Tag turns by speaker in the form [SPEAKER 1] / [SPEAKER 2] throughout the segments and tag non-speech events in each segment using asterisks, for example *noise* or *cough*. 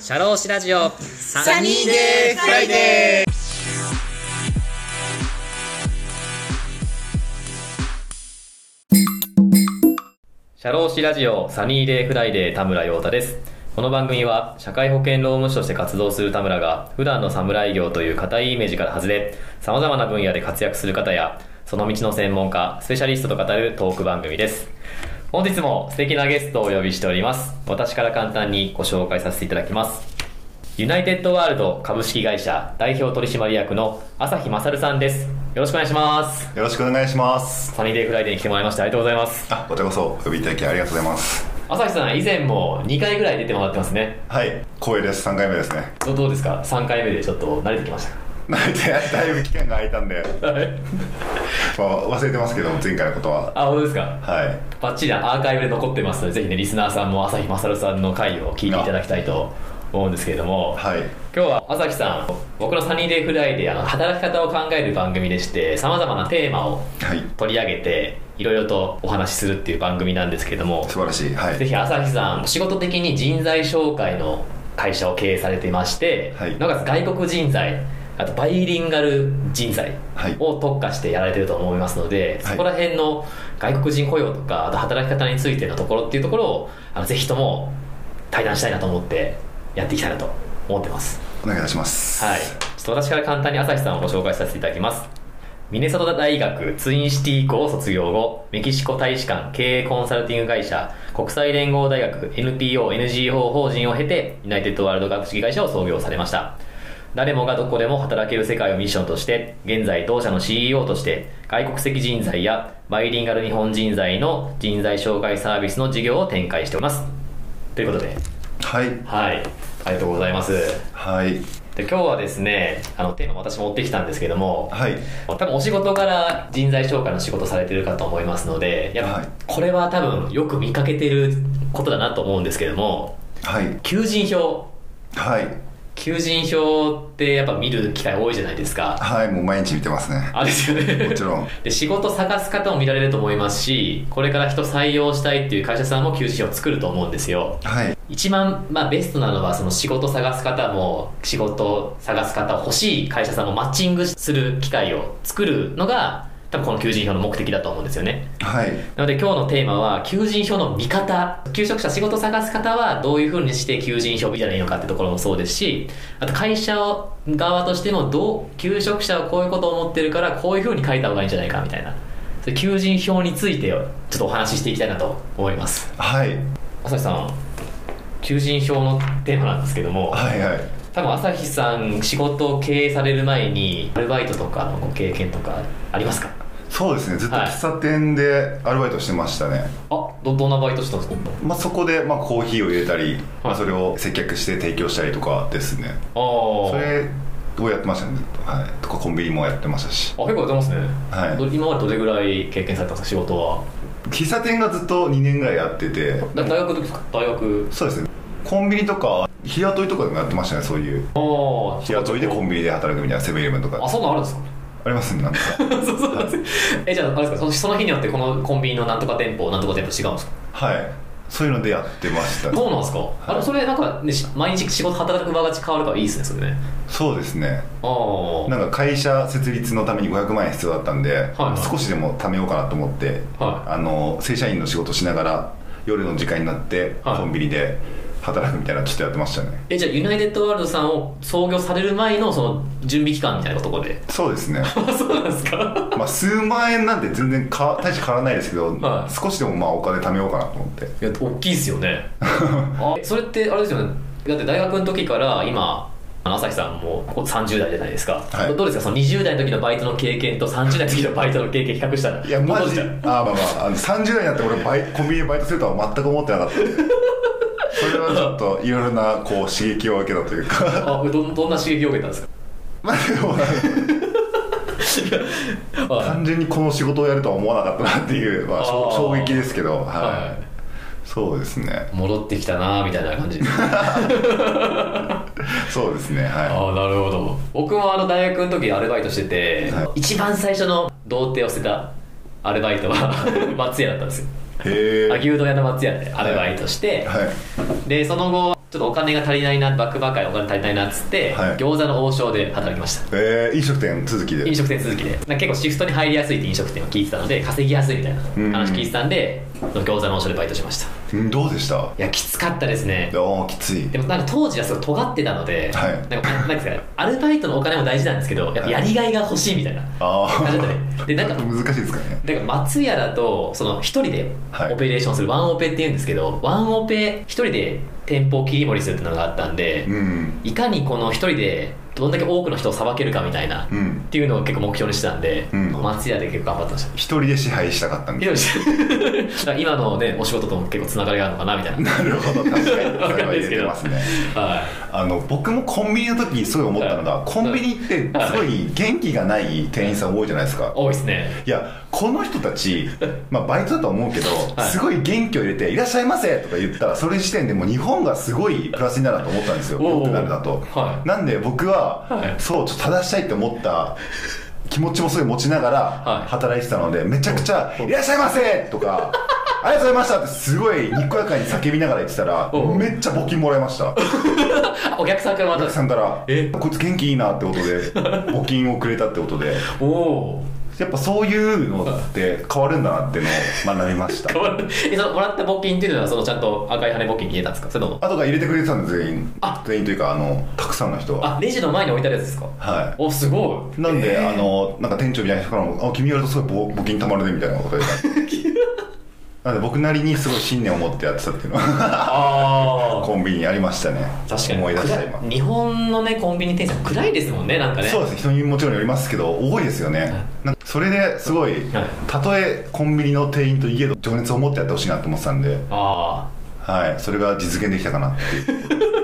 [SPEAKER 1] シャローシラジオサ
[SPEAKER 2] ニーデーフライデ
[SPEAKER 1] ーシャローシラジオサニーデーフライデー田村陽太ですこの番組は社会保険労務士として活動する田村が普段の侍業という固いイメージから外れ様々な分野で活躍する方やその道の専門家スペシャリストと語るトーク番組です本日も素敵なゲストをお呼びしております私から簡単にご紹介させていただきますユナイテッドワールド株式会社代表取締役の朝日勝さんですよろしくお願いします
[SPEAKER 2] よろしくお願いします。
[SPEAKER 1] サニーデイフライデーに来てもらいましてありがとうございます
[SPEAKER 2] あ、こちらこそお呼びいただきありがとうございます。
[SPEAKER 1] 朝日さん以前も2回ぐらい出てもらってますね
[SPEAKER 2] はい、光栄です。3回目ですね。
[SPEAKER 1] どどうですか3回目でちょっと慣れてきました
[SPEAKER 2] なんでだいぶ期間が空いたんで、
[SPEAKER 1] かはい
[SPEAKER 2] まあ、忘れてますけど、前回のことは。
[SPEAKER 1] あ本当ですか
[SPEAKER 2] はい。
[SPEAKER 1] バッチリアーカイブで残ってますのでぜひねリスナーさんも朝日勝さんの回を聞いていただきたいと思うんですけれども
[SPEAKER 2] はい。
[SPEAKER 1] 今日は朝日さん僕のサニーデイフライデーあの働き方を考える番組でしてさまざまなテーマを
[SPEAKER 2] はい。
[SPEAKER 1] 取り上げていろいろとお話しするっていう番組なんですけども
[SPEAKER 2] 素晴らしい。は
[SPEAKER 1] ぜ
[SPEAKER 2] い。
[SPEAKER 1] ひ朝日さん仕事的に人材紹介の会社を経営されていまして、
[SPEAKER 2] はい
[SPEAKER 1] なおかつ外国人材あとバイリンガル人材
[SPEAKER 2] はい
[SPEAKER 1] を特化してやられてると思いますので、
[SPEAKER 2] はい
[SPEAKER 1] そこら辺の外国人雇用とかあと働き方についてのところっていうところをあのぜひとも対談したいなと思ってやっていきたいなと思ってます
[SPEAKER 2] お願いいたします。
[SPEAKER 1] はい。ちょっと私から簡単に朝日さんをご紹介させていただきます。ミネソタ大学ツインシティ校を卒業後、メキシコ大使館経営コンサルティング会社、国際連合大学 NPO、NGO 法人を経て、ユナイテッドワールド株式会社を創業されました。誰もがどこでも働ける世界をミッションとして、現在同社の CEO として、外国籍人材やバイリンガル日本人材の人材紹介サービスの事業を展開しております。ということで、
[SPEAKER 2] はい。
[SPEAKER 1] はい。ありがとうございます。
[SPEAKER 2] はい。
[SPEAKER 1] で今日はですねあのテーマ私持ってきたんですけども
[SPEAKER 2] はい。
[SPEAKER 1] 多分お仕事から人材紹介の仕事されてるかと思いますのでいや、
[SPEAKER 2] はい
[SPEAKER 1] これは多分よく見かけてることだなと思うんですけども
[SPEAKER 2] はい。
[SPEAKER 1] 求人票
[SPEAKER 2] はい。
[SPEAKER 1] 求人票ってやっぱ見る機会多いじゃないですか
[SPEAKER 2] はい。もう毎日見てますね。
[SPEAKER 1] あですよね
[SPEAKER 2] もちろん。
[SPEAKER 1] *laughs* で仕事探す方も見られると思いますしこれから人採用したいっていう会社さんも求人票作ると思うんですよ
[SPEAKER 2] はい。
[SPEAKER 1] 一番、まあ、ベストなのはその仕事探す方も仕事探す方欲しい会社さんもマッチングする機会を作るのが多分この求人票の目的だと思うんですよね
[SPEAKER 2] はい。
[SPEAKER 1] なので今日のテーマは求人票の見方求職者仕事探す方はどういうふうにして求人票を見たらいいのかってところもそうですしあと会社側としてもどう求職者はこういうことを思ってるからこういうふうに書いた方がいいんじゃないかみたいなそういう求人票についてちょっとお話ししていきたいなと思います
[SPEAKER 2] はい。
[SPEAKER 1] 朝日さん求人票のテーマなんですけども
[SPEAKER 2] はい。はい。
[SPEAKER 1] 多分朝日さん仕事を経営される前にアルバイトとかのご経験とかありますか
[SPEAKER 2] そうですね。ずっと
[SPEAKER 1] はい
[SPEAKER 2] 喫茶店でアルバイトしてましたね。
[SPEAKER 1] あどどんなバイトしてたんですか
[SPEAKER 2] まあ、そこで、まあ、コーヒーを入れたり、ま
[SPEAKER 1] は
[SPEAKER 2] あ
[SPEAKER 1] い
[SPEAKER 2] それを接客して提供したりとかですね。
[SPEAKER 1] あー
[SPEAKER 2] それをやってましたねずっと、はい、とかコンビニもやってましたし
[SPEAKER 1] あ結構やってますね、
[SPEAKER 2] はい
[SPEAKER 1] ど今までどれぐらい経験されたんですか仕事は
[SPEAKER 2] 喫茶店がずっと2年ぐらいやってて
[SPEAKER 1] だ大学の時ですか大学
[SPEAKER 2] そうですねコンビニとか日雇いとかでもやってましたねそういう
[SPEAKER 1] ああ
[SPEAKER 2] 日雇いでコンビニで働くみたいなセブンイレブンと
[SPEAKER 1] あ
[SPEAKER 2] か
[SPEAKER 1] そんなんあるんですか
[SPEAKER 2] ありますねなんか
[SPEAKER 1] *laughs* そうそうなんですえじゃああれですかそのその日によってこのコンビニのなんとか店舗なんとか店舗違うんですか
[SPEAKER 2] はいそういうのでやってましたね
[SPEAKER 1] そうなんですか、あれそれなんか、ね、し毎日仕事働く場が変わるからいいですねそれね
[SPEAKER 2] そうですね
[SPEAKER 1] ああ
[SPEAKER 2] なんか会社設立のために500万円必要だったんで、
[SPEAKER 1] はい
[SPEAKER 2] 少しでも貯めようかなと思って、
[SPEAKER 1] は
[SPEAKER 2] あの正社員の仕事しながら夜の時間になって
[SPEAKER 1] はい
[SPEAKER 2] コンビニで働くみたいなのちょっとやってましたね、
[SPEAKER 1] えじゃあユナイテッドワールドさんを創業される前のその準備期間みたいなところで *laughs*
[SPEAKER 2] そうですね
[SPEAKER 1] あそうなんですか
[SPEAKER 2] まあ、数万円なんて全然か大して変わらないですけど、
[SPEAKER 1] はい
[SPEAKER 2] 少しでもまあお金貯めようかなと思って
[SPEAKER 1] いや大きいですよ *laughs* ねあそれってあれですよねだって大学の時から今あの朝日さんもここ30代じゃないですか、
[SPEAKER 2] はい
[SPEAKER 1] どうですかその20代の時のバイトの経験と30代の時のバイトの経験比較したら
[SPEAKER 2] いやマ
[SPEAKER 1] どう
[SPEAKER 2] ジ
[SPEAKER 1] し
[SPEAKER 2] あ
[SPEAKER 1] た
[SPEAKER 2] まあまああの30代になって俺バイ
[SPEAKER 1] *laughs*
[SPEAKER 2] コンビニでバイトするとは全く思ってなかったんでそれはちょっといろいろなこう刺激を受けたとい
[SPEAKER 1] *laughs*
[SPEAKER 2] うか
[SPEAKER 1] あどどんな刺激を受けたんですか
[SPEAKER 2] まあでも
[SPEAKER 1] はい
[SPEAKER 2] 単純にこの仕事をやるとは思わなかったなっていう、まあ、
[SPEAKER 1] あー
[SPEAKER 2] 衝撃ですけどはい、
[SPEAKER 1] は
[SPEAKER 2] そうですね
[SPEAKER 1] い、戻ってきたなみたいな感じ
[SPEAKER 2] そうですねは
[SPEAKER 1] ああなるほど僕もあの大学の時アルバイトしてて、
[SPEAKER 2] はい
[SPEAKER 1] 一番最初の童貞を捨てたアルバイトは松屋だったんですよ
[SPEAKER 2] いへえ
[SPEAKER 1] あ牛丼屋の松屋でアルバイトして、
[SPEAKER 2] はい
[SPEAKER 1] でその後ちょっとお金が足りないなバックバーカーでお金足りないなっつって、
[SPEAKER 2] はい
[SPEAKER 1] 餃子の王将で働きました
[SPEAKER 2] えー、飲食店続きで
[SPEAKER 1] 飲食店続きでなんか結構シフトに入りやすいって飲食店を聞いてたので稼ぎやすいみたいな
[SPEAKER 2] うん
[SPEAKER 1] 話聞いてたんで、餃子の王将でバイトしましたい
[SPEAKER 2] うんどうでした
[SPEAKER 1] やきつかったですね
[SPEAKER 2] おーきつい
[SPEAKER 1] でもなんか当時はすごい尖ってたので、
[SPEAKER 2] はい
[SPEAKER 1] なんかなんですかアルバイトのお金も大事なんですけどやっぱやりがいが欲しいみたいな
[SPEAKER 2] あ
[SPEAKER 1] 感じだったね
[SPEAKER 2] あ
[SPEAKER 1] でなんか
[SPEAKER 2] 難しいですかね
[SPEAKER 1] だから松屋だとその一人で
[SPEAKER 2] はい
[SPEAKER 1] オペレーションする、ワンオペって言うんですけどワンオペ一人で店舗を切り盛りするっていうのがあったんで、
[SPEAKER 2] うん
[SPEAKER 1] いかにこの一人でどんだけ多くの人をさばけるかみたいな、
[SPEAKER 2] う
[SPEAKER 1] っ
[SPEAKER 2] ん
[SPEAKER 1] ていうのを結構目標にしてたんで、
[SPEAKER 2] うん
[SPEAKER 1] 松屋で結構頑張ってました
[SPEAKER 2] 一人で支配したかったん
[SPEAKER 1] ひ
[SPEAKER 2] で
[SPEAKER 1] どいですだから今のねお仕事とも結構つながりがあるのかなみたいな
[SPEAKER 2] なるほど確かにそれ
[SPEAKER 1] わかん
[SPEAKER 2] は
[SPEAKER 1] ない
[SPEAKER 2] 入
[SPEAKER 1] で
[SPEAKER 2] れ
[SPEAKER 1] すけ
[SPEAKER 2] て
[SPEAKER 1] ど
[SPEAKER 2] ますね
[SPEAKER 1] は
[SPEAKER 2] あの僕もコンビニの時にすごい思ったのが、
[SPEAKER 1] はい
[SPEAKER 2] コンビニってすごい元気がない店員さん多いじゃないですか
[SPEAKER 1] い、多いですね
[SPEAKER 2] いやこの人たち、まあ、バイトだと思うけど、
[SPEAKER 1] はい
[SPEAKER 2] すごい元気を入れて「いらっしゃいませ」とか言ったらそれ時点でもう日本がすごいプラスになるなと思ったんですよ
[SPEAKER 1] おうおう
[SPEAKER 2] 僕なるだと、
[SPEAKER 1] はい
[SPEAKER 2] なんで僕は、
[SPEAKER 1] はい
[SPEAKER 2] そうちょっと正したいと思った気持ちもすごい持ちなが
[SPEAKER 1] は
[SPEAKER 2] ら
[SPEAKER 1] い
[SPEAKER 2] 働いてたのでめちゃくちゃ「いらっしゃいませ!」とか「ありがとうございました」ってすごいにこやかに叫びながら言ってたら
[SPEAKER 1] おう
[SPEAKER 2] めっちゃ募金もらいました
[SPEAKER 1] あお客さんからま
[SPEAKER 2] お
[SPEAKER 1] た
[SPEAKER 2] 客さんから
[SPEAKER 1] え
[SPEAKER 2] こいつ元気いいなってことで
[SPEAKER 1] *laughs*
[SPEAKER 2] 募金をくれたってことで
[SPEAKER 1] おお
[SPEAKER 2] やっぱそういうのって変わるんだなっていうのを学びました
[SPEAKER 1] ー変わる *laughs* えそのもらった募金っていうのはそのちゃんと赤い羽募金に入れたんですかそれとも
[SPEAKER 2] あとが入れてくれてたんで全員
[SPEAKER 1] あ
[SPEAKER 2] 全員というかあのたくさんの人は
[SPEAKER 1] あレジの前に置いてあるやつですか
[SPEAKER 2] は
[SPEAKER 1] おすご
[SPEAKER 2] いなんで、あのなんか店長みたいな人からも「あ君やるとすごい募募金たまるね」みたいなこと言われたなんで僕なりにすごい信念を持ってやってたっていうのは
[SPEAKER 1] あ
[SPEAKER 2] *laughs* コンビニにありましたね
[SPEAKER 1] 確かに
[SPEAKER 2] 思い出した今
[SPEAKER 1] 暗い日本のねコンビニ店員さん暗いですもんねなんかね
[SPEAKER 2] そうですね人にもちろんよりますけど多いですよねなんかそれですごい
[SPEAKER 1] はい
[SPEAKER 2] たとえコンビニの店員といえど情熱を持ってやってほしいなと思ってたんで
[SPEAKER 1] あ
[SPEAKER 2] はいそれが実現できたかなっていう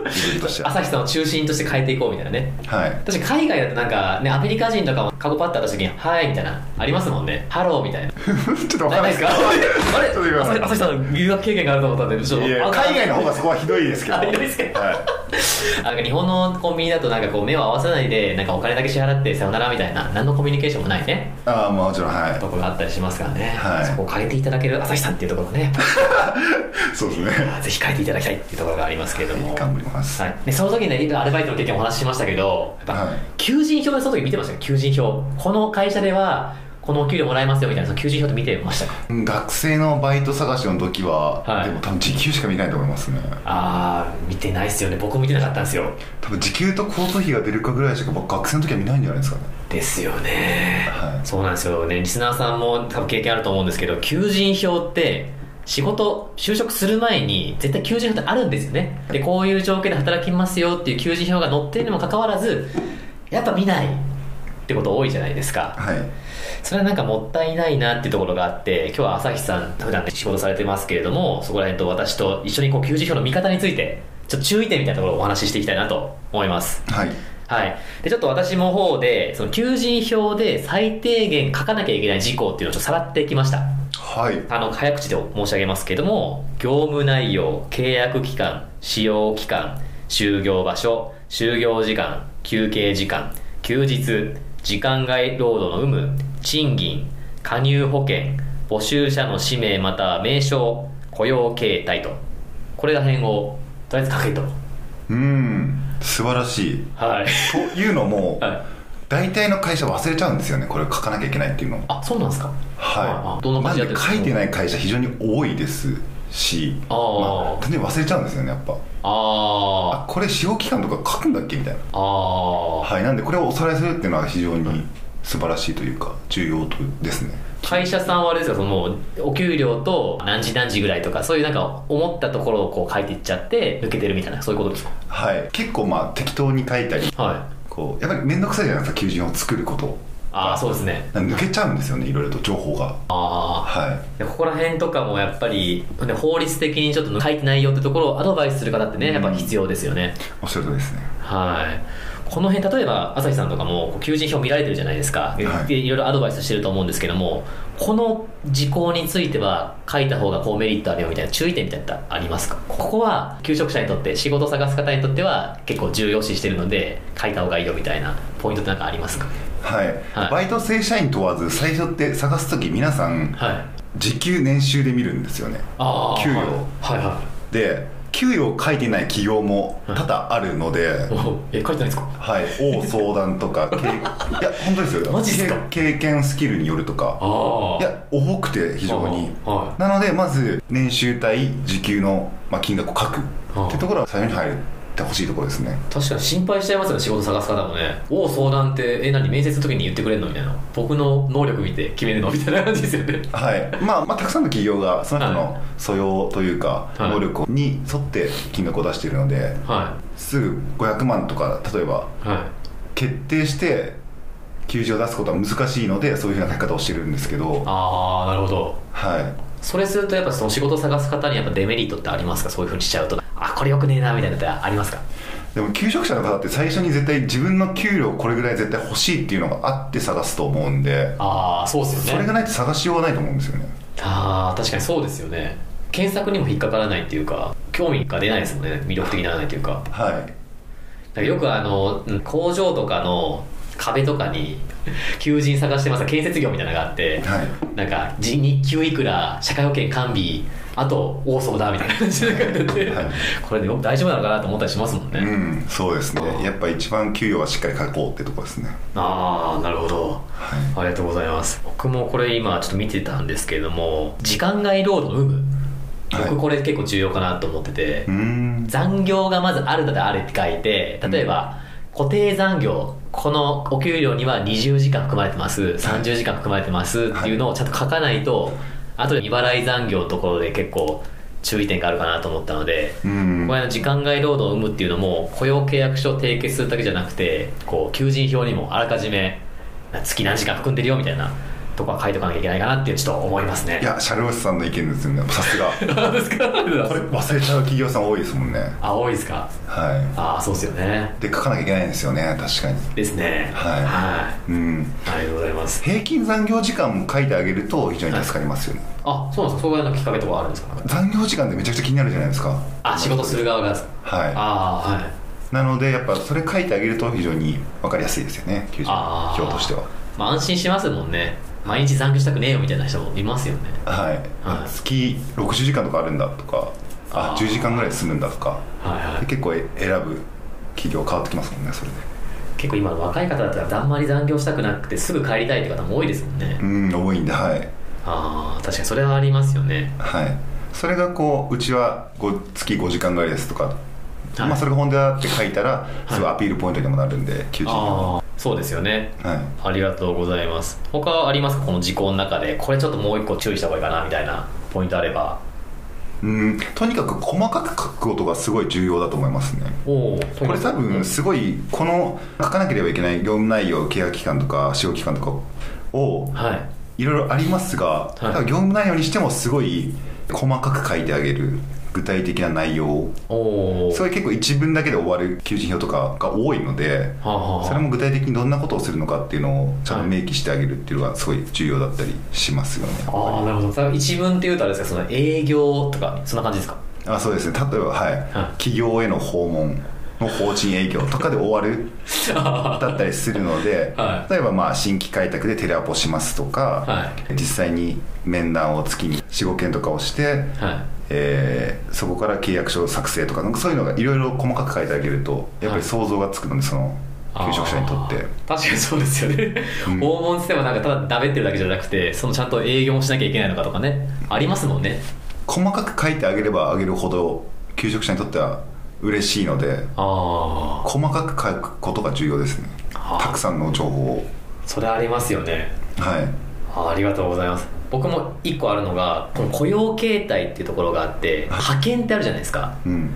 [SPEAKER 2] 自分として
[SPEAKER 1] あ
[SPEAKER 2] は
[SPEAKER 1] 朝日さんを中心として変えていこうみたいなね
[SPEAKER 2] はい
[SPEAKER 1] 確かに海外だとなんかねアメリカ人とかもカゴパッとあった時に「はい」みたいなありますもんね「ハロー」みたいな
[SPEAKER 2] ちょっとわ
[SPEAKER 1] な
[SPEAKER 2] か
[SPEAKER 1] い
[SPEAKER 2] ん
[SPEAKER 1] でか
[SPEAKER 2] ないですすか
[SPEAKER 1] あれ
[SPEAKER 2] ちょっと今
[SPEAKER 1] 朝日朝日さん留学経験があると思ったんでちょっと
[SPEAKER 2] いや
[SPEAKER 1] あ
[SPEAKER 2] 海外の方がそこはひどいですけど
[SPEAKER 1] あひどいですか
[SPEAKER 2] は
[SPEAKER 1] あなんか日本のコンビニだとなんかこう目を合わせないでなんかお金だけ支払ってさよならみたいな何のコミュニケーションもないね
[SPEAKER 2] いああもちろんはい
[SPEAKER 1] ところがあったりしますからね、
[SPEAKER 2] はい
[SPEAKER 1] そこを変えていただける朝日さんっていうところね
[SPEAKER 2] そうですね
[SPEAKER 1] ぜひ変えていただきたいっていうところがありますけれども
[SPEAKER 2] 頑張ります
[SPEAKER 1] はい、でその時にね今アルバイトの経験をお話ししましたけどやっぱ、
[SPEAKER 2] はい
[SPEAKER 1] 求人票でその時見てましたか求人票この会社ではこのお給料もらえますよみたいなその求人票って見てましたか
[SPEAKER 2] 学生のバイト探しの時は、
[SPEAKER 1] はい
[SPEAKER 2] でも多分時給しか見ないと思いますね
[SPEAKER 1] あー見てないっすよね僕も見てなかったんですよ
[SPEAKER 2] 多分時給と交通費が出るかぐらいしか僕学生の時は見ないんじゃないですかね
[SPEAKER 1] ですよね
[SPEAKER 2] はい
[SPEAKER 1] そうなんですよねリスナーさんも多分経験あると思うんですけど求人票って仕事就職する前に絶対求人票ってあるんですよねでこういう条件で働きますよっていう求人票が載ってるにもかかわらずやっぱ見ないってこと多いじゃないですか
[SPEAKER 2] はい
[SPEAKER 1] それはなんかもったいないなっていうところがあって今日は朝日さん普段ね仕事されてますけれどもそこら辺と私と一緒にこう求人票の見方についてちょっと注意点みたいなところをお話ししていきたいなと思います
[SPEAKER 2] はい
[SPEAKER 1] はいでちょっと私の方でその求人票で最低限書かなきゃいけない事項っていうのをちょっとさらっていきました
[SPEAKER 2] はい
[SPEAKER 1] あの早口で申し上げますけども業務内容契約期間使用期間就業場所就業時間休憩時間休日時間外労働の有無賃金加入保険募集者の氏名または名称雇用形態とこれら辺をとりあえず書けと
[SPEAKER 2] うん素晴らしい
[SPEAKER 1] はい
[SPEAKER 2] というのも、
[SPEAKER 1] はい
[SPEAKER 2] 大体の会社忘れちゃうんですよねこれ書かなきゃいけないっていうの
[SPEAKER 1] あそうなんですか
[SPEAKER 2] は
[SPEAKER 1] あ
[SPEAKER 2] い
[SPEAKER 1] どんな感じ
[SPEAKER 2] な
[SPEAKER 1] やっ
[SPEAKER 2] ん
[SPEAKER 1] てるん
[SPEAKER 2] で書いて
[SPEAKER 1] い
[SPEAKER 2] ない会社非常に多いですし
[SPEAKER 1] あー
[SPEAKER 2] ま単純に忘れちゃうんですよねやっぱ
[SPEAKER 1] あ
[SPEAKER 2] あこれ使用期間とか書くんだっけみたいな
[SPEAKER 1] ーあー
[SPEAKER 2] はいなんでこれをおさらいするっていうのは非常に素晴らしいというか重要とですね
[SPEAKER 1] 会社さんはあれですかそのお給料と何時何時ぐらいとかそういうなんか思ったところをこう書いていっちゃって抜けてるみたいなそういうことですか
[SPEAKER 2] はい結構まあ適当に書いたり
[SPEAKER 1] はい
[SPEAKER 2] こうやっぱり面倒くさいじゃないですか求人を作ること
[SPEAKER 1] ああそうですね
[SPEAKER 2] なんで抜けちゃうんですよねいろいろと情報が
[SPEAKER 1] あ
[SPEAKER 2] はい
[SPEAKER 1] あここら辺とかもやっぱりね法律的にちょっと書いてないよってところをアドバイスする方ってねやっぱ必要ですよね、
[SPEAKER 2] おっしゃるとりですね
[SPEAKER 1] はいこの辺例えば朝日さんとかもこう求人票見られてるじゃないですか、で
[SPEAKER 2] はい
[SPEAKER 1] でいろいろアドバイスしてると思うんですけどもこの事項については書いた方がこうメリットあるよみたいな注意点みたいなのってありますかここは求職者にとって仕事を探す方にとっては結構重要視してるので書いた方がいいよみたいなポイントってなんかありますか
[SPEAKER 2] はい、
[SPEAKER 1] はい
[SPEAKER 2] バイト正社員問わず最初って探す時皆さん
[SPEAKER 1] はい
[SPEAKER 2] 時給年収で見るんですよね
[SPEAKER 1] あー
[SPEAKER 2] 給与
[SPEAKER 1] はいはい
[SPEAKER 2] で給与を書いてない企業も多々あるので、
[SPEAKER 1] *laughs* おえ書いてないんですか
[SPEAKER 2] はい、要相談とか経 *laughs* いや本当ですよ
[SPEAKER 1] マジっすか
[SPEAKER 2] け経験スキルによると
[SPEAKER 1] あ
[SPEAKER 2] か
[SPEAKER 1] あ
[SPEAKER 2] いや多くて非常に
[SPEAKER 1] は
[SPEAKER 2] なのでまず年収対時給の、まあ、金額を書く
[SPEAKER 1] ああ
[SPEAKER 2] ってところは最初に入ってほしいところですね
[SPEAKER 1] い確かに心配しちゃいますよね仕事探す方もね「お相談ってえ何面接の時に言ってくれんの?」みたいな僕の能力見て決めるのみたいな感じですよね
[SPEAKER 2] はいまあ、まあたくさんの企業がその人
[SPEAKER 1] は
[SPEAKER 2] の素養というか
[SPEAKER 1] はい
[SPEAKER 2] 能力に沿って金額を出しているので
[SPEAKER 1] は
[SPEAKER 2] すぐ500万とか例えば
[SPEAKER 1] いはい
[SPEAKER 2] 決定して給料を出すことは難しいのでそういうふうな書き方をしてるんですけど
[SPEAKER 1] ああなるほど
[SPEAKER 2] はい
[SPEAKER 1] それするとやっぱその仕事探す方にやっぱデメリットってありますかそういうふうにしちゃうとあこれよくねえなみたいなのってありますか
[SPEAKER 2] でも求職者の方って最初に絶対自分の給料これぐらい絶対欲しいっていうのがあって探すと思うんで
[SPEAKER 1] ああそうですよね
[SPEAKER 2] それがないと探しようがないと思うんですよね
[SPEAKER 1] あー確かにそうですよね検索にも引っかからないっていうか興味が出ないですもんね魅力的にならないというか
[SPEAKER 2] はい
[SPEAKER 1] だからよくあのうん工場とかの壁とかに求人探してます建設業みたいなのがあって
[SPEAKER 2] はい
[SPEAKER 1] なんか人日給いくら社会保険完備あと大相だみたいな感じで書いてあって
[SPEAKER 2] はい
[SPEAKER 1] これでよく大丈夫なのかなと思ったりしますもんね、
[SPEAKER 2] うんそうですねやっぱ一番給与はしっかり書こうってとこですね
[SPEAKER 1] ああなるほど
[SPEAKER 2] はい
[SPEAKER 1] ありがとうございます僕もこれ今ちょっと見てたんですけれども時間外労働の有無
[SPEAKER 2] はい
[SPEAKER 1] 僕これ結構重要かなと思ってて、
[SPEAKER 2] うーん
[SPEAKER 1] 残業がまずあるのであれって書いて例えば、固定残業このお給料には20時間含まれてます30時間含まれてますっていうのをちゃんと書かないと、あとで未払い残業のところで結構注意点があるかなと思ったので、
[SPEAKER 2] うん
[SPEAKER 1] これの時間外労働を生むっていうのも雇用契約書を締結するだけじゃなくてこう求人票にもあらかじめ月何時間含んでるよみたいなとこは書いておかなきゃいけないかなっていうちょっと思いますね
[SPEAKER 2] い
[SPEAKER 1] *laughs*
[SPEAKER 2] や車両士さんの意見ですよねさすが
[SPEAKER 1] どうですか
[SPEAKER 2] これ忘れちゃう企業さん多いですもんね
[SPEAKER 1] あ多いですか
[SPEAKER 2] は
[SPEAKER 1] ああそうですよね
[SPEAKER 2] いで書かなきゃいけないんですよね確かに
[SPEAKER 1] ですね
[SPEAKER 2] はいうん
[SPEAKER 1] いありがとうございます
[SPEAKER 2] 平均残業時間も書いてあげると非常に助かりますよね
[SPEAKER 1] あそうなんですかそういうのきっかけとかあるんですか
[SPEAKER 2] 残業時間ってめちゃくちゃ気になるじゃないですか
[SPEAKER 1] あ仕事する側が
[SPEAKER 2] はい
[SPEAKER 1] ああはい
[SPEAKER 2] なのでやっぱそれ書いてあげると非常に分かりやすいですよね求人
[SPEAKER 1] あー
[SPEAKER 2] 票としては
[SPEAKER 1] まあ安心しますもんね毎日残業したくねえよみたいな人もいますよね
[SPEAKER 2] はい、
[SPEAKER 1] はい
[SPEAKER 2] 月60時間とかあるんだとかあ
[SPEAKER 1] あー
[SPEAKER 2] 10時間ぐらい済むんだとか
[SPEAKER 1] はいは
[SPEAKER 2] で
[SPEAKER 1] い
[SPEAKER 2] 結構え選ぶ企業変わってきますもんねそれで
[SPEAKER 1] 結構今の若い方だったらあんまり残業したくなくてすぐ帰りたいって方も多いですもんね
[SPEAKER 2] うん多いんではい、
[SPEAKER 1] ああ確かにそれはありますよね
[SPEAKER 2] はい、それがこううちはご月5時間ぐらいですとか、
[SPEAKER 1] はい
[SPEAKER 2] まあ、それが本当だって書いたらすごいアピールポイントにもなるんで求人票
[SPEAKER 1] ああそうですよね
[SPEAKER 2] はい
[SPEAKER 1] ありがとうございます他ありますかこの事項の中でこれちょっともう一個注意した方がいいかなみたいなポイントあれば
[SPEAKER 2] うんとにかく細かく書くことがすごい重要だと思いますね
[SPEAKER 1] おお
[SPEAKER 2] これ多分すごいこの書かなければいけない業務内容契約期間とか使用期間とかを
[SPEAKER 1] はい
[SPEAKER 2] いろいろありますが、
[SPEAKER 1] い
[SPEAKER 2] 多分業務内容にしてもすごい細かく書いてあげる具体的な内容を
[SPEAKER 1] おお
[SPEAKER 2] それ結構一文だけで終わる求人票とかが多いので
[SPEAKER 1] はあはあ
[SPEAKER 2] それも具体的にどんなことをするのかっていうのをちゃんと明記してあげるっていうのがすごい重要だったりしますよね
[SPEAKER 1] ああなるほど一文っていうとあれですかその営業とかそんな感じですか
[SPEAKER 2] あそうですね例えばはい、企業への訪問の法人営業とかで終わ
[SPEAKER 1] *laughs*
[SPEAKER 2] るだったりするので、
[SPEAKER 1] はい
[SPEAKER 2] 例えばまあ新規開拓でテレアポしますとか、
[SPEAKER 1] は
[SPEAKER 2] 実際に面談を月に45件とかをして、
[SPEAKER 1] は
[SPEAKER 2] えーそこから契約書作成とかなんかそういうのがいろいろ細かく書いてあげるとやっぱり想像がつくのでその求職者にとって
[SPEAKER 1] あー確かにそうですよね、
[SPEAKER 2] *laughs* うん
[SPEAKER 1] 訪問してもなんかただだべってるだけじゃなくてそのちゃんと営業もしなきゃいけないのかとかねありますもんね
[SPEAKER 2] 細かく書いてあげればあげるほど求職者にとっては嬉しいので
[SPEAKER 1] ああ
[SPEAKER 2] 細かく書くことが重要ですね
[SPEAKER 1] あー
[SPEAKER 2] たくさんの情報を
[SPEAKER 1] それありますよね
[SPEAKER 2] はい
[SPEAKER 1] あーありがとうございます僕も一個あるのがこの雇用形態っていうところがあって派遣ってあるじゃないですか
[SPEAKER 2] うん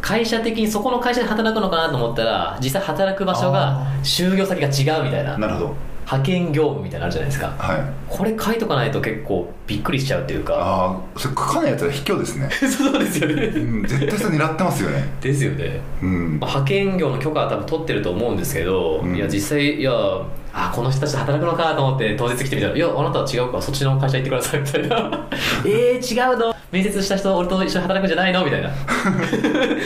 [SPEAKER 1] 会社的にそこの会社で働くのかなと思ったら実際働く場所が
[SPEAKER 2] あ
[SPEAKER 1] 就業先が違うみたいな
[SPEAKER 2] なるほど
[SPEAKER 1] 派遣業務みたいなのあるじゃないですか
[SPEAKER 2] はい
[SPEAKER 1] これ書いとかないと結構びっくりしちゃうというか
[SPEAKER 2] ああそれ書かないやつは卑怯ですね、
[SPEAKER 1] *laughs* そうですよ
[SPEAKER 2] う
[SPEAKER 1] ね
[SPEAKER 2] ん、絶対それ狙ってますよね
[SPEAKER 1] ですよね
[SPEAKER 2] うん
[SPEAKER 1] まあ派遣業の許可は多分取ってると思うんですけど、
[SPEAKER 2] うん
[SPEAKER 1] いや実際いやあこの人たちと働くのかと思って当日来てみたら「いやあなたは違うからそっちの会社行ってください」みたいな「え *laughs* ー、違うの面接した人俺と一緒に働くんじゃないの?」みたい *laughs* な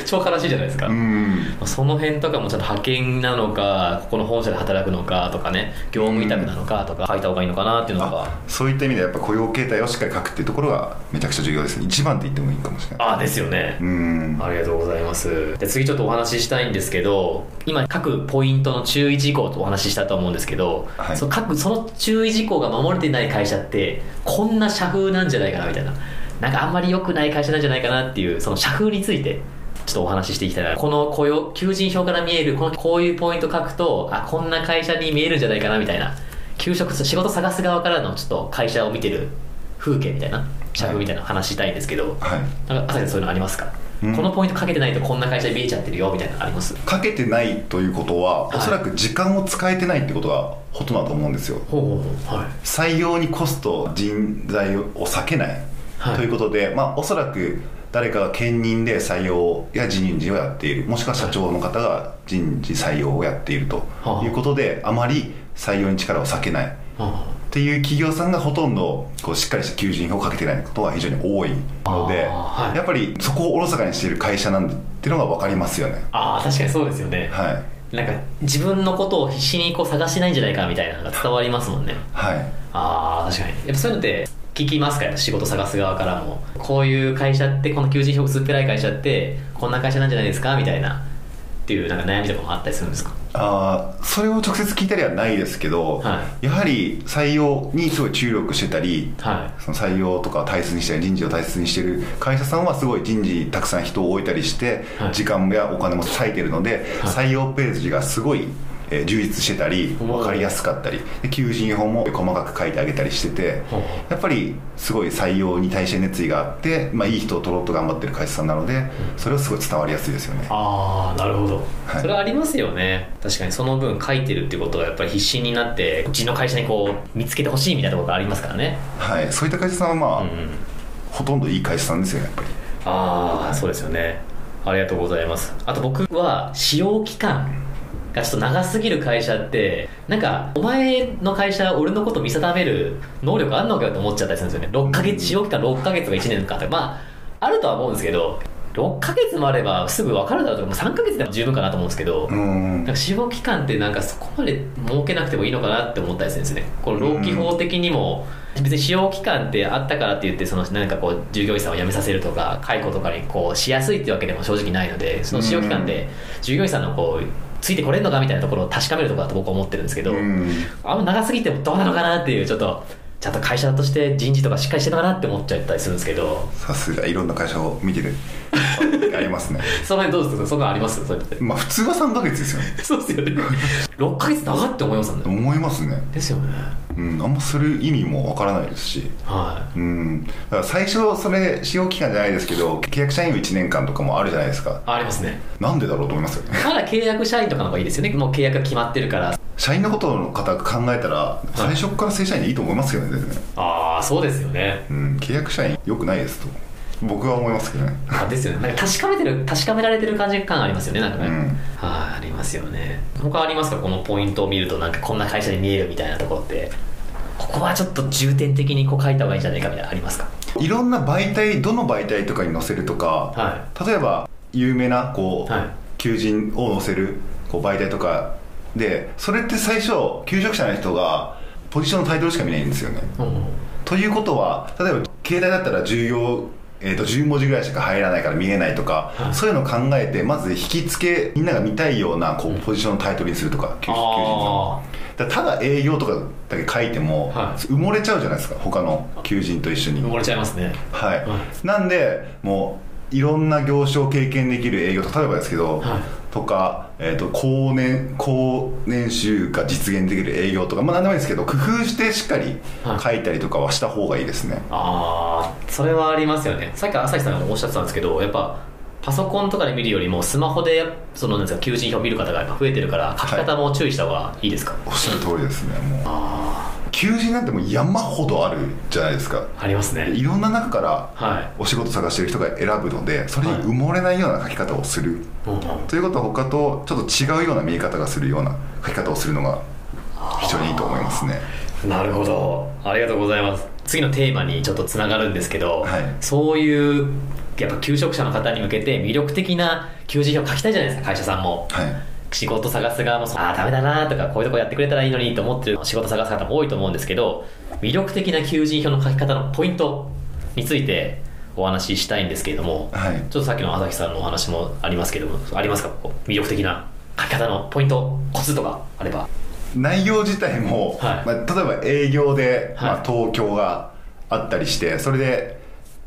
[SPEAKER 1] 超悲しいじゃないですか、
[SPEAKER 2] うん
[SPEAKER 1] まあその辺とかもちゃんと派遣なのかここの本社で働くのかとかね業務委託なのかとか書いた方がいいのかなっていうのが、
[SPEAKER 2] あそういった意味ではやっぱ雇用形態態をしっかり書くっていうところがめちゃくちゃ重要ですね一番って言ってもいいかもしれない
[SPEAKER 1] ああですよね
[SPEAKER 2] う、ん
[SPEAKER 1] ありがとうございますで次ちょっとお話ししたいんですけど今各ポイントの注意事項とお話ししたと思うんですけど、
[SPEAKER 2] はい
[SPEAKER 1] その各その注意事項が守れてない会社ってこんな社風なんじゃないかなみたいななんかあんまり良くない会社なんじゃないかなっていうその社風についてちょっとお話ししていきたいなこの雇用求人票から見えるこのこういうポイント書くとあこんな会社に見えるんじゃないかなみたいな給食仕事探す側からのちょっと会社を見てる風景みたいな社風みたいなの話したいんですけど、
[SPEAKER 2] はい
[SPEAKER 1] なんか朝日さんそういうのありますか、
[SPEAKER 2] うん
[SPEAKER 1] このポイントかけてないとこんな会社に見えちゃってるよみたいなのあります
[SPEAKER 2] かけてないということは、
[SPEAKER 1] はい
[SPEAKER 2] おそらく時間を使えてないってことがほとんどだと思うんですよ
[SPEAKER 1] ほうほうほうはい
[SPEAKER 2] 採用にコスト人材を避けない、
[SPEAKER 1] はい
[SPEAKER 2] ということで、まあ、おそらく誰かが兼任で採用や人事をやっているもしくは社長の方が人事採用をやっていると
[SPEAKER 1] はあ
[SPEAKER 2] いうことで、あまり採用に力を避けないっていう企業さんがほとんどこうしっかりした求人票をかけてないことは非常に多いので、
[SPEAKER 1] あーはい
[SPEAKER 2] やっぱりそこをおろそかにしている会社なんでっていうのが分かりますよね
[SPEAKER 1] ああ確かにそうですよね、
[SPEAKER 2] はい
[SPEAKER 1] なんか自分のことを必死にこう探してないんじゃないかみたいなのが伝わりますもんね
[SPEAKER 2] はい
[SPEAKER 1] ああ確かにやっぱそういうのって聞きますかやっぱ仕事探す側からもこういう会社ってこの求人票薄っぺらい会社ってこんな会社なんじゃないですかみたいなっていうなんか悩みとかもあったりするんですか
[SPEAKER 2] あーそれを直接聞いたりはないですけど、
[SPEAKER 1] は
[SPEAKER 2] やはり採用にすごい注力してたり
[SPEAKER 1] はい
[SPEAKER 2] その採用とかを大切にしたり人事を大切にしてる会社さんはすごい人事たくさん人を置いたりして、
[SPEAKER 1] はい
[SPEAKER 2] 時間やお金も割いてるので、
[SPEAKER 1] はい
[SPEAKER 2] 採用ページがすごい、えー充実してたり
[SPEAKER 1] おー
[SPEAKER 2] 分かりやすかったりで求人法も細かく書いてあげたりしてて
[SPEAKER 1] ほう
[SPEAKER 2] やっぱりすごい採用に対して熱意があって、まあ、いい人を取ろうと頑張ってる会社さんなのでそれはすごい伝わりやすいですよね
[SPEAKER 1] ああなるほど、
[SPEAKER 2] はい
[SPEAKER 1] それはありますよね確かにその分書いてるってことはやっぱり必死になってうちの会社にこう見つけてほしいみたいなところがありますからね
[SPEAKER 2] はいそういった会社さんはまあ、
[SPEAKER 1] うんうん
[SPEAKER 2] ほとんどいい会社さんですよねやっぱり
[SPEAKER 1] ああそうですよねありがとうございますあと僕は使用期間がちょっと長すぎる会社ってなんかお前の会社俺のこと見定める能力あんのかよって思っちゃったりするんですよね6ヶ月使用期間6ヶ月とか1年とかまああるとは思うんですけど6ヶ月もあればすぐ分かるだろうとかもう3ヶ月でも十分かなと思うんですけど、
[SPEAKER 2] うん
[SPEAKER 1] なんか死亡期間ってなんかそこまで設けなくてもいいのかなって思ったりするんですねこの労基法的にも別に使用期間ってあったからって言ってそのなんかこう従業員さんを辞めさせるとか解雇とかにこうしやすいってわけでも正直ないのでその使用期間って従業員さんのこうついてこれるのかみたいなところを確かめるところだと僕は思ってるんですけど、
[SPEAKER 2] うん
[SPEAKER 1] あんま長すぎてもどうなのかなっていうちょっとちゃんと会社として人事とかしっかりしてるのかなって思っちゃったりするんですけど
[SPEAKER 2] さすがいろんな会社を見てるありますね
[SPEAKER 1] その辺どうですかそんなのありますそういうのって
[SPEAKER 2] まあ普通は3ヶ月ですよね
[SPEAKER 1] そうですよ *laughs* ね6ヶ月長って思いますもんね
[SPEAKER 2] 思いますね
[SPEAKER 1] ですよね
[SPEAKER 2] うんあんまする意味もわからないですし
[SPEAKER 1] はい
[SPEAKER 2] うんだから最初それ使用期間じゃないですけど契約社員1年間とかもあるじゃないですか
[SPEAKER 1] ありますね
[SPEAKER 2] なんでだろうと思いますよね
[SPEAKER 1] まだ契約社員とかの方がいいですよねもう契約が決まってるから
[SPEAKER 2] 社員のことの方が考えたら最初から正社員でいいと思いますよね全然
[SPEAKER 1] ああそうですよね
[SPEAKER 2] うん契約社員良くないですと僕は思いますけどね
[SPEAKER 1] あですよねなんか確かめてる確かめられてる感じ感ありますよねなんかね、
[SPEAKER 2] うん
[SPEAKER 1] はいありますよね他ありますかこのポイントを見るとなんかこんな会社に見えるみたいなところってここはちょっと重点的にこう書いた方がいいんじゃないかみたいなのありますか
[SPEAKER 2] いろんな媒体どの媒体とかに載せるとか、
[SPEAKER 1] は
[SPEAKER 2] 例えば有名なこう、
[SPEAKER 1] はい
[SPEAKER 2] 求人を載せるこう媒体とかでそれって最初求職者の人がポジションのタイトルしか見ないんですよね
[SPEAKER 1] うん
[SPEAKER 2] ということは例えば携帯だったら重要えー、と10文字ぐらいしか入らないから見えないとか、
[SPEAKER 1] はい
[SPEAKER 2] そういうのを考えてまず引き付けみんなが見たいようなこうポジションのタイトルにするとか求求人さん
[SPEAKER 1] あ
[SPEAKER 2] だからただ営業とかだけ書いても、
[SPEAKER 1] はい
[SPEAKER 2] 埋もれちゃうじゃないですか他の求人と一緒に
[SPEAKER 1] ー埋もれちゃいますね
[SPEAKER 2] はい、
[SPEAKER 1] は
[SPEAKER 2] なんでもういろんな業種を経験できる営業例えばですけど、
[SPEAKER 1] はい
[SPEAKER 2] とか、えー、と高年高年収が実現できる営業とかまあ何でもいいですけど工夫してしっかり
[SPEAKER 1] はい
[SPEAKER 2] 書いたりとかはした方がいいですね、
[SPEAKER 1] ああそれはありますよねさっき朝日さんがおっしゃってたんですけどやっぱパソコンとかで見るよりもスマホでそのなんですか求人票見る方がやっぱ増えてるから書き方も注意した方がいいですか、
[SPEAKER 2] おっしゃる通りですねもう求人なんてもう山ほどあるじゃないですか
[SPEAKER 1] ありますね
[SPEAKER 2] いろんな中から
[SPEAKER 1] はい
[SPEAKER 2] お仕事探してる人が選ぶのでそれに埋もれないような書き方をする、
[SPEAKER 1] うんうん
[SPEAKER 2] ということは他とちょっと違うような見え方がするような書き方をするのが非常にいいと思いますね
[SPEAKER 1] なるほどありがとうございます次のテーマにちょっとつながるんですけど、
[SPEAKER 2] はい
[SPEAKER 1] そういうやっぱ求職者の方に向けて魅力的な求人票書きたいじゃないですか会社さんも
[SPEAKER 2] はい
[SPEAKER 1] 仕事探す側もそうああダメだなーとかこういうとこやってくれたらいいのにと思ってる仕事探す方も多いと思うんですけど魅力的な求人票の書き方のポイントについてお話ししたいんですけれども
[SPEAKER 2] はい
[SPEAKER 1] ちょっとさっきの朝日さんのお話もありますけどもありますかこう魅力的な書き方のポイントコツとかあれば
[SPEAKER 2] 内容自体も、
[SPEAKER 1] はい
[SPEAKER 2] まあ、例えば営業で、
[SPEAKER 1] はい
[SPEAKER 2] まあ、東京があったりしてそれで、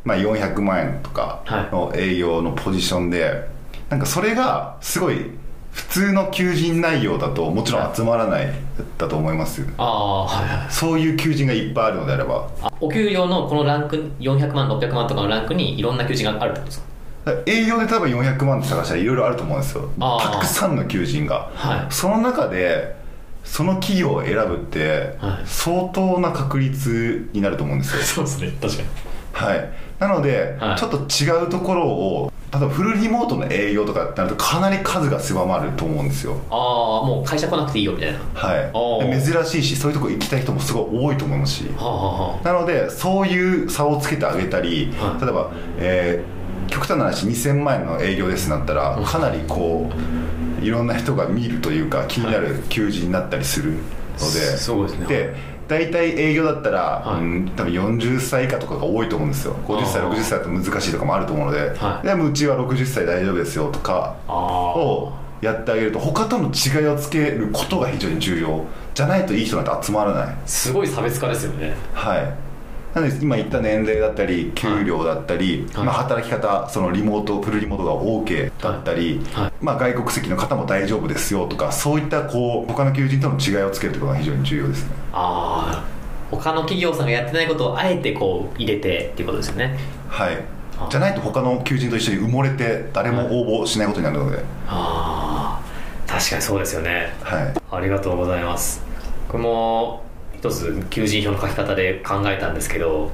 [SPEAKER 2] まあ、400万円とかの営業のポジションで、なんかそれがすごい普通の求人内容だともちろん集まらないだと思います
[SPEAKER 1] ああはいはい
[SPEAKER 2] そういう求人がいっぱいあるのであれば
[SPEAKER 1] あお給料のこのランク400万600万とかのランクにいろんな求人があるってことですか
[SPEAKER 2] だから営業で例えば400万って探したらいろいろあると思うんですよ
[SPEAKER 1] あー
[SPEAKER 2] たくさんの求人が、
[SPEAKER 1] はい
[SPEAKER 2] その中でその企業を選ぶって
[SPEAKER 1] はい
[SPEAKER 2] 相当な確率になると思うんです
[SPEAKER 1] *laughs*
[SPEAKER 2] よ
[SPEAKER 1] そうですね確かに
[SPEAKER 2] はい、なので、
[SPEAKER 1] はい
[SPEAKER 2] ちょっと違うところを例えばフルリモートの営業とかってなるとかなり数が狭まると思うんですよ、
[SPEAKER 1] ああもう会社来なくていいよみたいなはお
[SPEAKER 2] は
[SPEAKER 1] ー
[SPEAKER 2] い、珍しいしそういうとこ行きたい人もすごい多いと思いますし
[SPEAKER 1] あはあは
[SPEAKER 2] なのでそういう差をつけてあげたり、
[SPEAKER 1] はい
[SPEAKER 2] 例えば、えー極端な話2000万円の営業ですなったらかなりこういろんな人が見るというか気になる求人になったりするので、
[SPEAKER 1] すそうですね
[SPEAKER 2] で大体営業だったら、
[SPEAKER 1] はい
[SPEAKER 2] うん多分40歳以下とかが多いと思うんですよ50歳
[SPEAKER 1] あー
[SPEAKER 2] 60歳だと難しいとかもあると思うので、
[SPEAKER 1] はい
[SPEAKER 2] でもうちは60歳大丈夫ですよとか
[SPEAKER 1] ああ
[SPEAKER 2] をやってあげると他との違いをつけることが非常に重要じゃないといい人なんて集まらない
[SPEAKER 1] すごい差別化ですよね
[SPEAKER 2] はいなので今言った年齢だったり給料だったり、
[SPEAKER 1] はい
[SPEAKER 2] まあ、働き方そのリモートフルリモートが OK だったり、
[SPEAKER 1] はいはい
[SPEAKER 2] まあ、外国籍の方も大丈夫ですよとかそういったこう他の求人との違いをつけるということが非常に重要ですね
[SPEAKER 1] ああ他の企業さんがやってないことをあえてこう入れてっていうことですよね
[SPEAKER 2] はい
[SPEAKER 1] あ
[SPEAKER 2] じゃないと他の求人と一緒に埋もれて誰も応募しないことになるので、
[SPEAKER 1] ああ確かにそうですよね
[SPEAKER 2] はい、
[SPEAKER 1] ありがとうございます僕も一つ求人票の書き方で考えたんですけど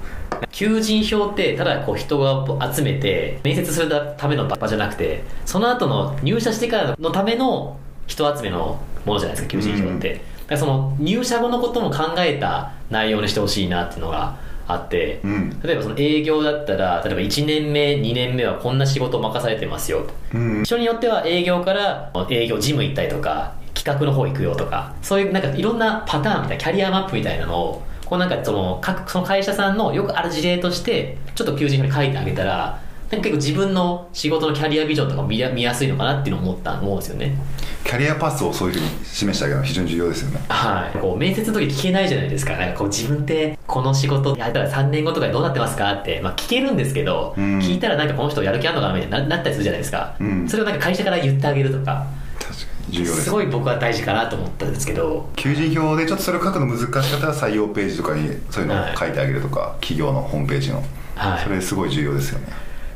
[SPEAKER 1] 求人票ってただこう人が集めて面接するための場じゃなくてその後の入社してからのための人集めのものじゃないですか求人票って、だからその入社後のことも考えた内容にしてほしいなっていうのがあって、
[SPEAKER 2] うん
[SPEAKER 1] 例えばその営業だったら例えば1年目2年目はこんな仕事を任されてますよと
[SPEAKER 2] うん、
[SPEAKER 1] 人によっては営業から営業ジム行ったりとか企画の方行くよとかそういうなんかいろんなパターンみたいなキャリアマップみたいなのをこうなんかその各その会社さんのよくある事例としてちょっと求人票に書いてあげたらなんか結構自分の仕事のキャリアビジョンとかも見や見やすいのかなっていうのを思った思うんですよね
[SPEAKER 2] キャリアパスをそういうふうに示してあげるのは非常に重要ですよね
[SPEAKER 1] はいこう面接の時聞けないじゃないですかなんかこう自分ってこの仕事やったら3年後とかにどうなってますかって、まあ、聞けるんですけど、
[SPEAKER 2] うん
[SPEAKER 1] 聞いたらなんかこの人やる気あんのかなみたいにななったりするじゃないですか、
[SPEAKER 2] うん
[SPEAKER 1] それをなんか会社から言ってあげるとか
[SPEAKER 2] 確かに重要ですす
[SPEAKER 1] ごい僕は大事かなと思ったんですけど
[SPEAKER 2] 求人票でちょっとそれを書くの難しかったら採用ページとかにそういうのを書いてあげるとか、企業のホームページの
[SPEAKER 1] はい
[SPEAKER 2] それすごい重要ですよね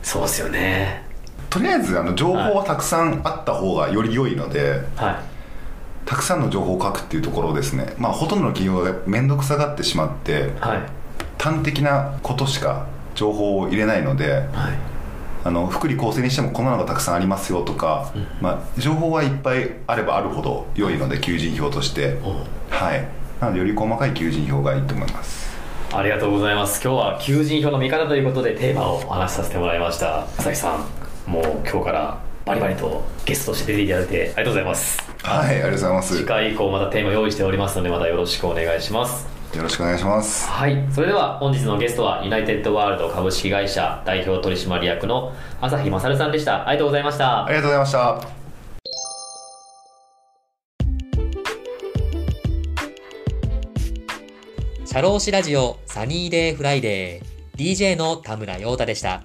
[SPEAKER 1] そうですよね
[SPEAKER 2] とりあえずあの情報はたくさんあった方がより良いので、
[SPEAKER 1] は
[SPEAKER 2] たくさんの情報を書くっていうところですねまあほとんどの企業が面倒くさがってしまって
[SPEAKER 1] いはい
[SPEAKER 2] 端的なことしか情報を入れないので
[SPEAKER 1] はい
[SPEAKER 2] あの福利厚生にしてもこんなのがたくさんありますよとか、まあ、情報はいっぱいあればあるほど良いので求人票として
[SPEAKER 1] お
[SPEAKER 2] はいなのでより細かい求人票がいいと思います
[SPEAKER 1] ありがとうございます今日は求人票の見方ということでテーマをお話しさせてもらいました朝日さんもう今日からバリバリとゲストとして出ていただいてありがとうございます
[SPEAKER 2] はいありがとうございます
[SPEAKER 1] 次
[SPEAKER 2] よ
[SPEAKER 1] 回以降またテーマ用意しておりますのでまたよろしくお願いします
[SPEAKER 2] ろしくお願いします
[SPEAKER 1] はいそれでは本日のゲストはユナイテッドワールド株式会社代表取締役の朝日勝さんでしたありがとうございました
[SPEAKER 2] ありがとうございました
[SPEAKER 1] 社労士ラジオサニーデイフライデー DJ の田村陽太でした。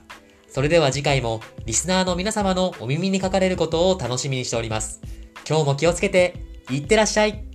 [SPEAKER 1] それでは次回もリスナーの皆様のお耳にかかれることを楽しみにしております。今日も気をつけていってらっしゃい